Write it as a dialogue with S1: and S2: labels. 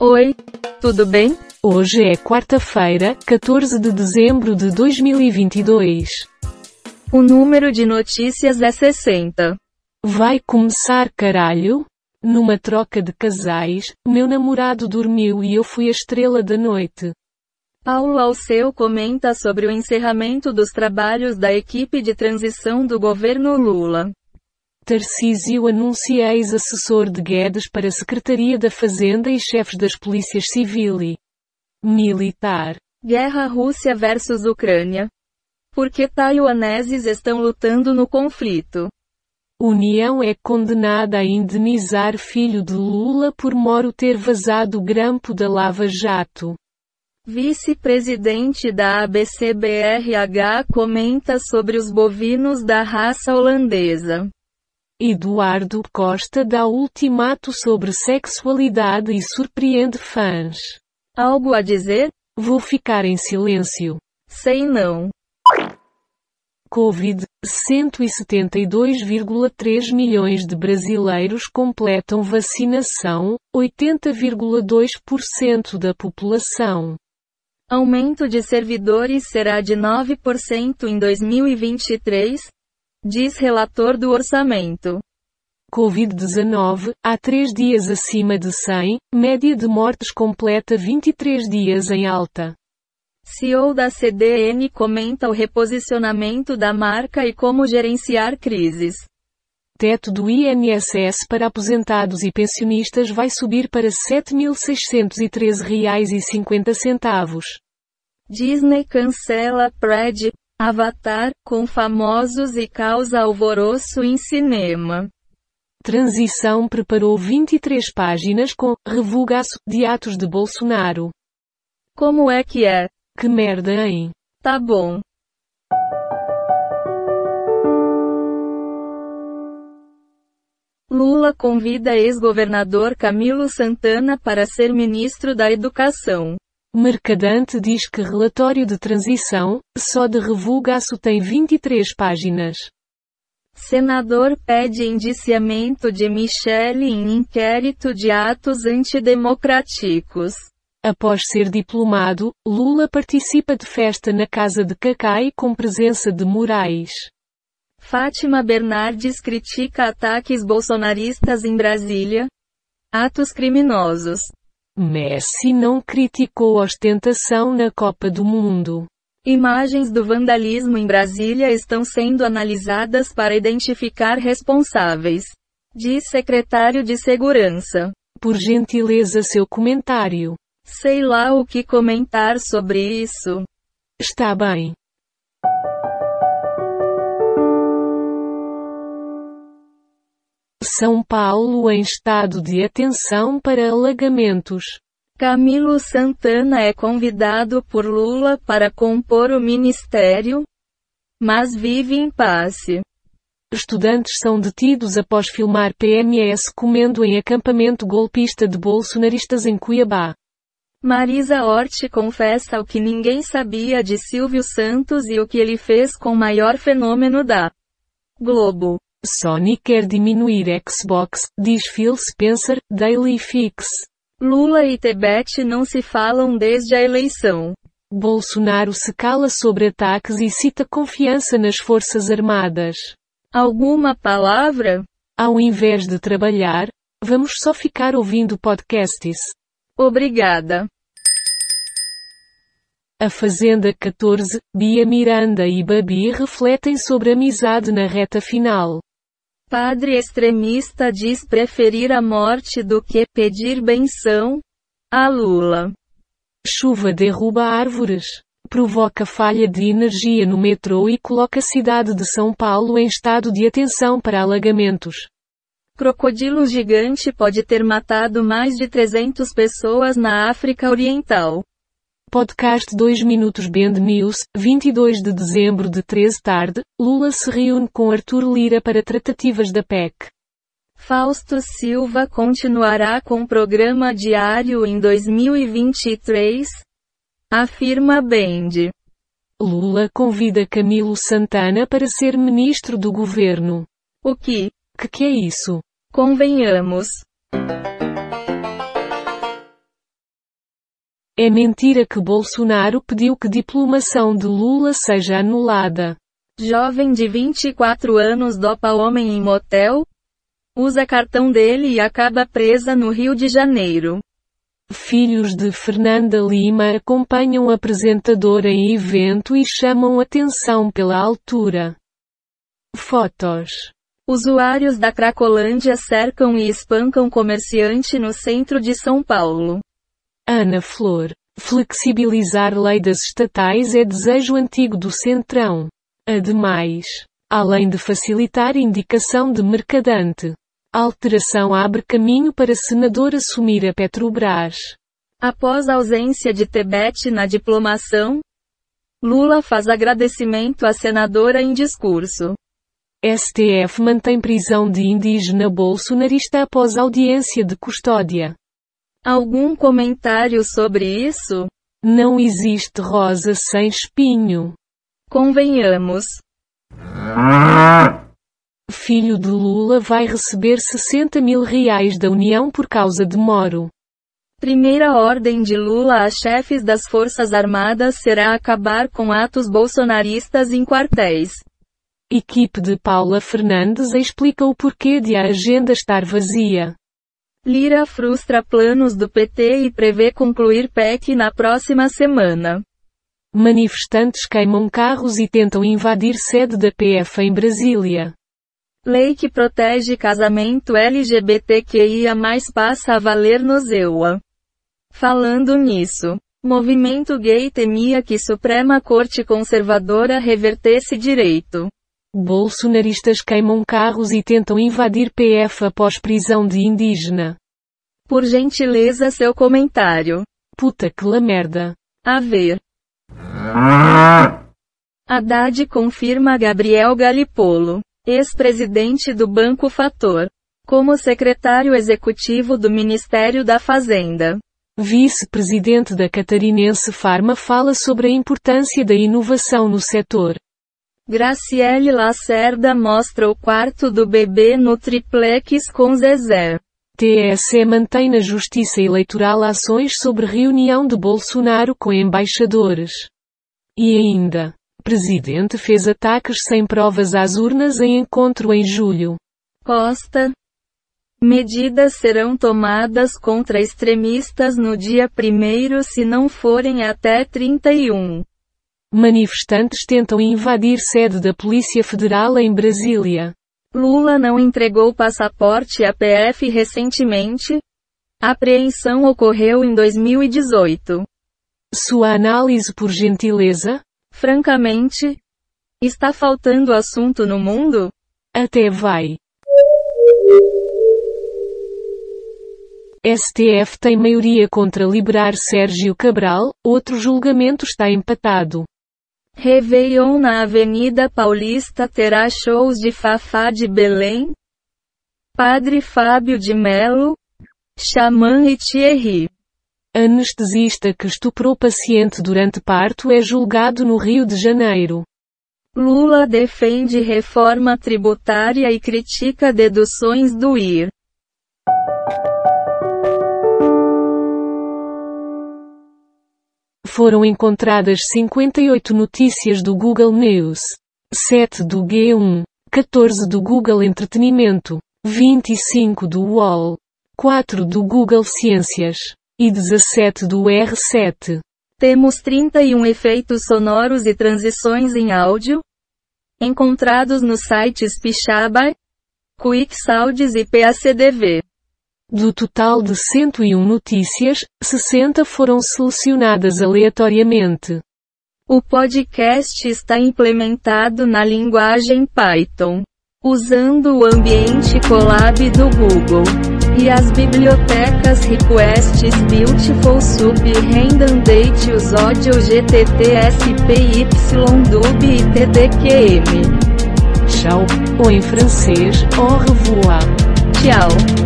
S1: Oi, tudo bem?
S2: Hoje é quarta-feira, 14 de dezembro de 2022.
S1: O número de notícias é 60.
S2: Vai começar caralho? Numa troca de casais, meu namorado dormiu e eu fui a estrela da noite.
S1: Paulo Alceu comenta sobre o encerramento dos trabalhos da equipe de transição do governo Lula.
S2: Tarcísio anuncia ex-assessor de Guedes para Secretaria da Fazenda e chefes das polícias civil e militar.
S1: Guerra Rússia versus Ucrânia. Por que taiwaneses estão lutando no conflito?
S2: União é condenada a indenizar filho de Lula por Moro ter vazado o grampo da Lava Jato.
S1: Vice-presidente da ABCBRH comenta sobre os bovinos da raça holandesa.
S2: Eduardo Costa dá ultimato sobre sexualidade e surpreende fãs.
S1: Algo a dizer?
S2: Vou ficar em silêncio.
S1: Sei não.
S2: Covid, 172,3 milhões de brasileiros completam vacinação, 80,2% da população.
S1: Aumento de servidores será de 9% em 2023, diz relator do orçamento.
S2: Covid-19, há três dias acima de 100, média de mortes completa 23 dias em alta.
S1: CEO da CDN comenta o reposicionamento da marca e como gerenciar crises.
S2: Teto do INSS para aposentados e pensionistas vai subir para R$ 7.613,50.
S1: Disney cancela Pred, Avatar, com famosos e causa alvoroço em cinema.
S2: Transição preparou 23 páginas com revogaço de atos de Bolsonaro.
S1: Como é que é?
S2: Que merda, hein?
S1: Tá bom. Lula convida ex-governador Camilo Santana para ser ministro da Educação.
S2: Mercadante diz que relatório de transição, só de revogaço tem 23 páginas.
S1: Senador pede indiciamento de Michele em inquérito de atos antidemocráticos.
S2: Após ser diplomado, Lula participa de festa na casa de Cacai com presença de Moraes.
S1: Fátima Bernardes critica ataques bolsonaristas em Brasília. Atos criminosos.
S2: Messi não criticou ostentação na Copa do Mundo.
S1: Imagens do vandalismo em Brasília estão sendo analisadas para identificar responsáveis. Diz secretário de Segurança.
S2: Por gentileza, seu comentário.
S1: Sei lá o que comentar sobre isso.
S2: Está bem. São Paulo em estado de atenção para alagamentos.
S1: Camilo Santana é convidado por Lula para compor o ministério, mas vive em impasse.
S2: Estudantes são detidos após filmar PMS comendo em acampamento golpista de bolsonaristas em Cuiabá.
S1: Marisa Hort confessa o que ninguém sabia de Silvio Santos e o que ele fez com o maior fenômeno da Globo.
S2: Sony quer diminuir Xbox, diz Phil Spencer, Daily Fix.
S1: Lula e Tebet não se falam desde a eleição.
S2: Bolsonaro se cala sobre ataques e cita confiança nas Forças Armadas.
S1: Alguma palavra?
S2: Ao invés de trabalhar, vamos só ficar ouvindo podcasts.
S1: Obrigada.
S2: A Fazenda 14, Bia Miranda e Babi refletem sobre amizade na reta final.
S1: Padre extremista diz preferir a morte do que pedir benção a Lula.
S2: Chuva derruba árvores, provoca falha de energia no metrô e coloca a cidade de São Paulo em estado de atenção para alagamentos.
S1: Crocodilo gigante pode ter matado mais de 300 pessoas na África Oriental.
S2: Podcast 2 Minutos Band News, 22 de dezembro de 13 tarde, Lula se reúne com Arthur Lira para tratativas da PEC.
S1: Fausto Silva continuará com programa diário em 2023? Afirma Bend.
S2: Lula convida Camilo Santana para ser ministro do governo.
S1: O que?
S2: Que que é isso?
S1: Convenhamos.
S2: É mentira que Bolsonaro pediu que diplomação de Lula seja anulada.
S1: Jovem de 24 anos dopa homem em motel? Usa cartão dele e acaba presa no Rio de Janeiro.
S2: Filhos de Fernanda Lima acompanham a apresentadora em evento e chamam atenção pela altura. Fotos.
S1: Usuários da Cracolândia cercam e espancam comerciante no centro de São Paulo.
S2: Ana Flor. Flexibilizar lei das estatais é desejo antigo do Centrão. Ademais, além de facilitar indicação de mercadante, a alteração abre caminho para senador assumir a Petrobras.
S1: Após a ausência de Tebet na diplomação, Lula faz agradecimento à senadora em discurso.
S2: STF mantém prisão de indígena bolsonarista após audiência de custódia.
S1: Algum comentário sobre isso?
S2: Não existe rosa sem espinho.
S1: Convenhamos.
S2: Filho de Lula vai receber 60 mil reais da União por causa de Moro.
S1: Primeira ordem de Lula a chefes das Forças Armadas será acabar com atos bolsonaristas em quartéis.
S2: Equipe de Paula Fernandes explica o porquê de a agenda estar vazia.
S1: Lira frustra planos do PT e prevê concluir PEC na próxima semana.
S2: Manifestantes queimam carros e tentam invadir sede da PF em Brasília.
S1: Lei que protege casamento LGBTQIA passa a valer no ZEUA. Falando nisso, movimento gay temia que Suprema Corte Conservadora revertesse direito.
S2: Bolsonaristas queimam carros e tentam invadir PF após prisão de indígena.
S1: Por gentileza seu comentário.
S2: Puta que la merda.
S1: A ver. Haddad confirma Gabriel Galipolo, ex-presidente do Banco Fator, como secretário executivo do Ministério da Fazenda.
S2: Vice-presidente da Catarinense Farma fala sobre a importância da inovação no setor.
S1: Graciele Lacerda mostra o quarto do bebê no triplex com Zezé.
S2: TSE mantém na Justiça Eleitoral ações sobre reunião de Bolsonaro com embaixadores. E ainda, presidente fez ataques sem provas às urnas em encontro em julho.
S1: Costa. Medidas serão tomadas contra extremistas no dia 1 se não forem até 31.
S2: Manifestantes tentam invadir sede da Polícia Federal em Brasília.
S1: Lula não entregou passaporte à PF recentemente? A apreensão ocorreu em 2018.
S2: Sua análise por gentileza?
S1: Francamente? Está faltando assunto no mundo?
S2: Até vai. STF tem maioria contra liberar Sérgio Cabral, outro julgamento está empatado.
S1: Réveillon na Avenida Paulista terá shows de Fafá de Belém, Padre Fábio de Melo, Xamã e Thierry.
S2: Anestesista que estuprou paciente durante parto é julgado no Rio de Janeiro.
S1: Lula defende reforma tributária e critica deduções do IR.
S2: Foram encontradas 58 notícias do Google News, 7 do G1, 14 do Google Entretenimento, 25 do UOL, 4 do Google Ciências e 17 do R7.
S1: Temos 31 efeitos sonoros e transições em áudio encontrados nos sites Pixaba, QuickSounds e PACDV.
S2: Do total de 101 notícias, 60 foram selecionadas aleatoriamente.
S1: O podcast está implementado na linguagem Python, usando o ambiente Colab do Google e as bibliotecas Requests Beautiful Sub Random Date os Audio GTT SPYDUB e TDQM.
S2: Tchau, ou em francês, au revoir.
S1: Tchau.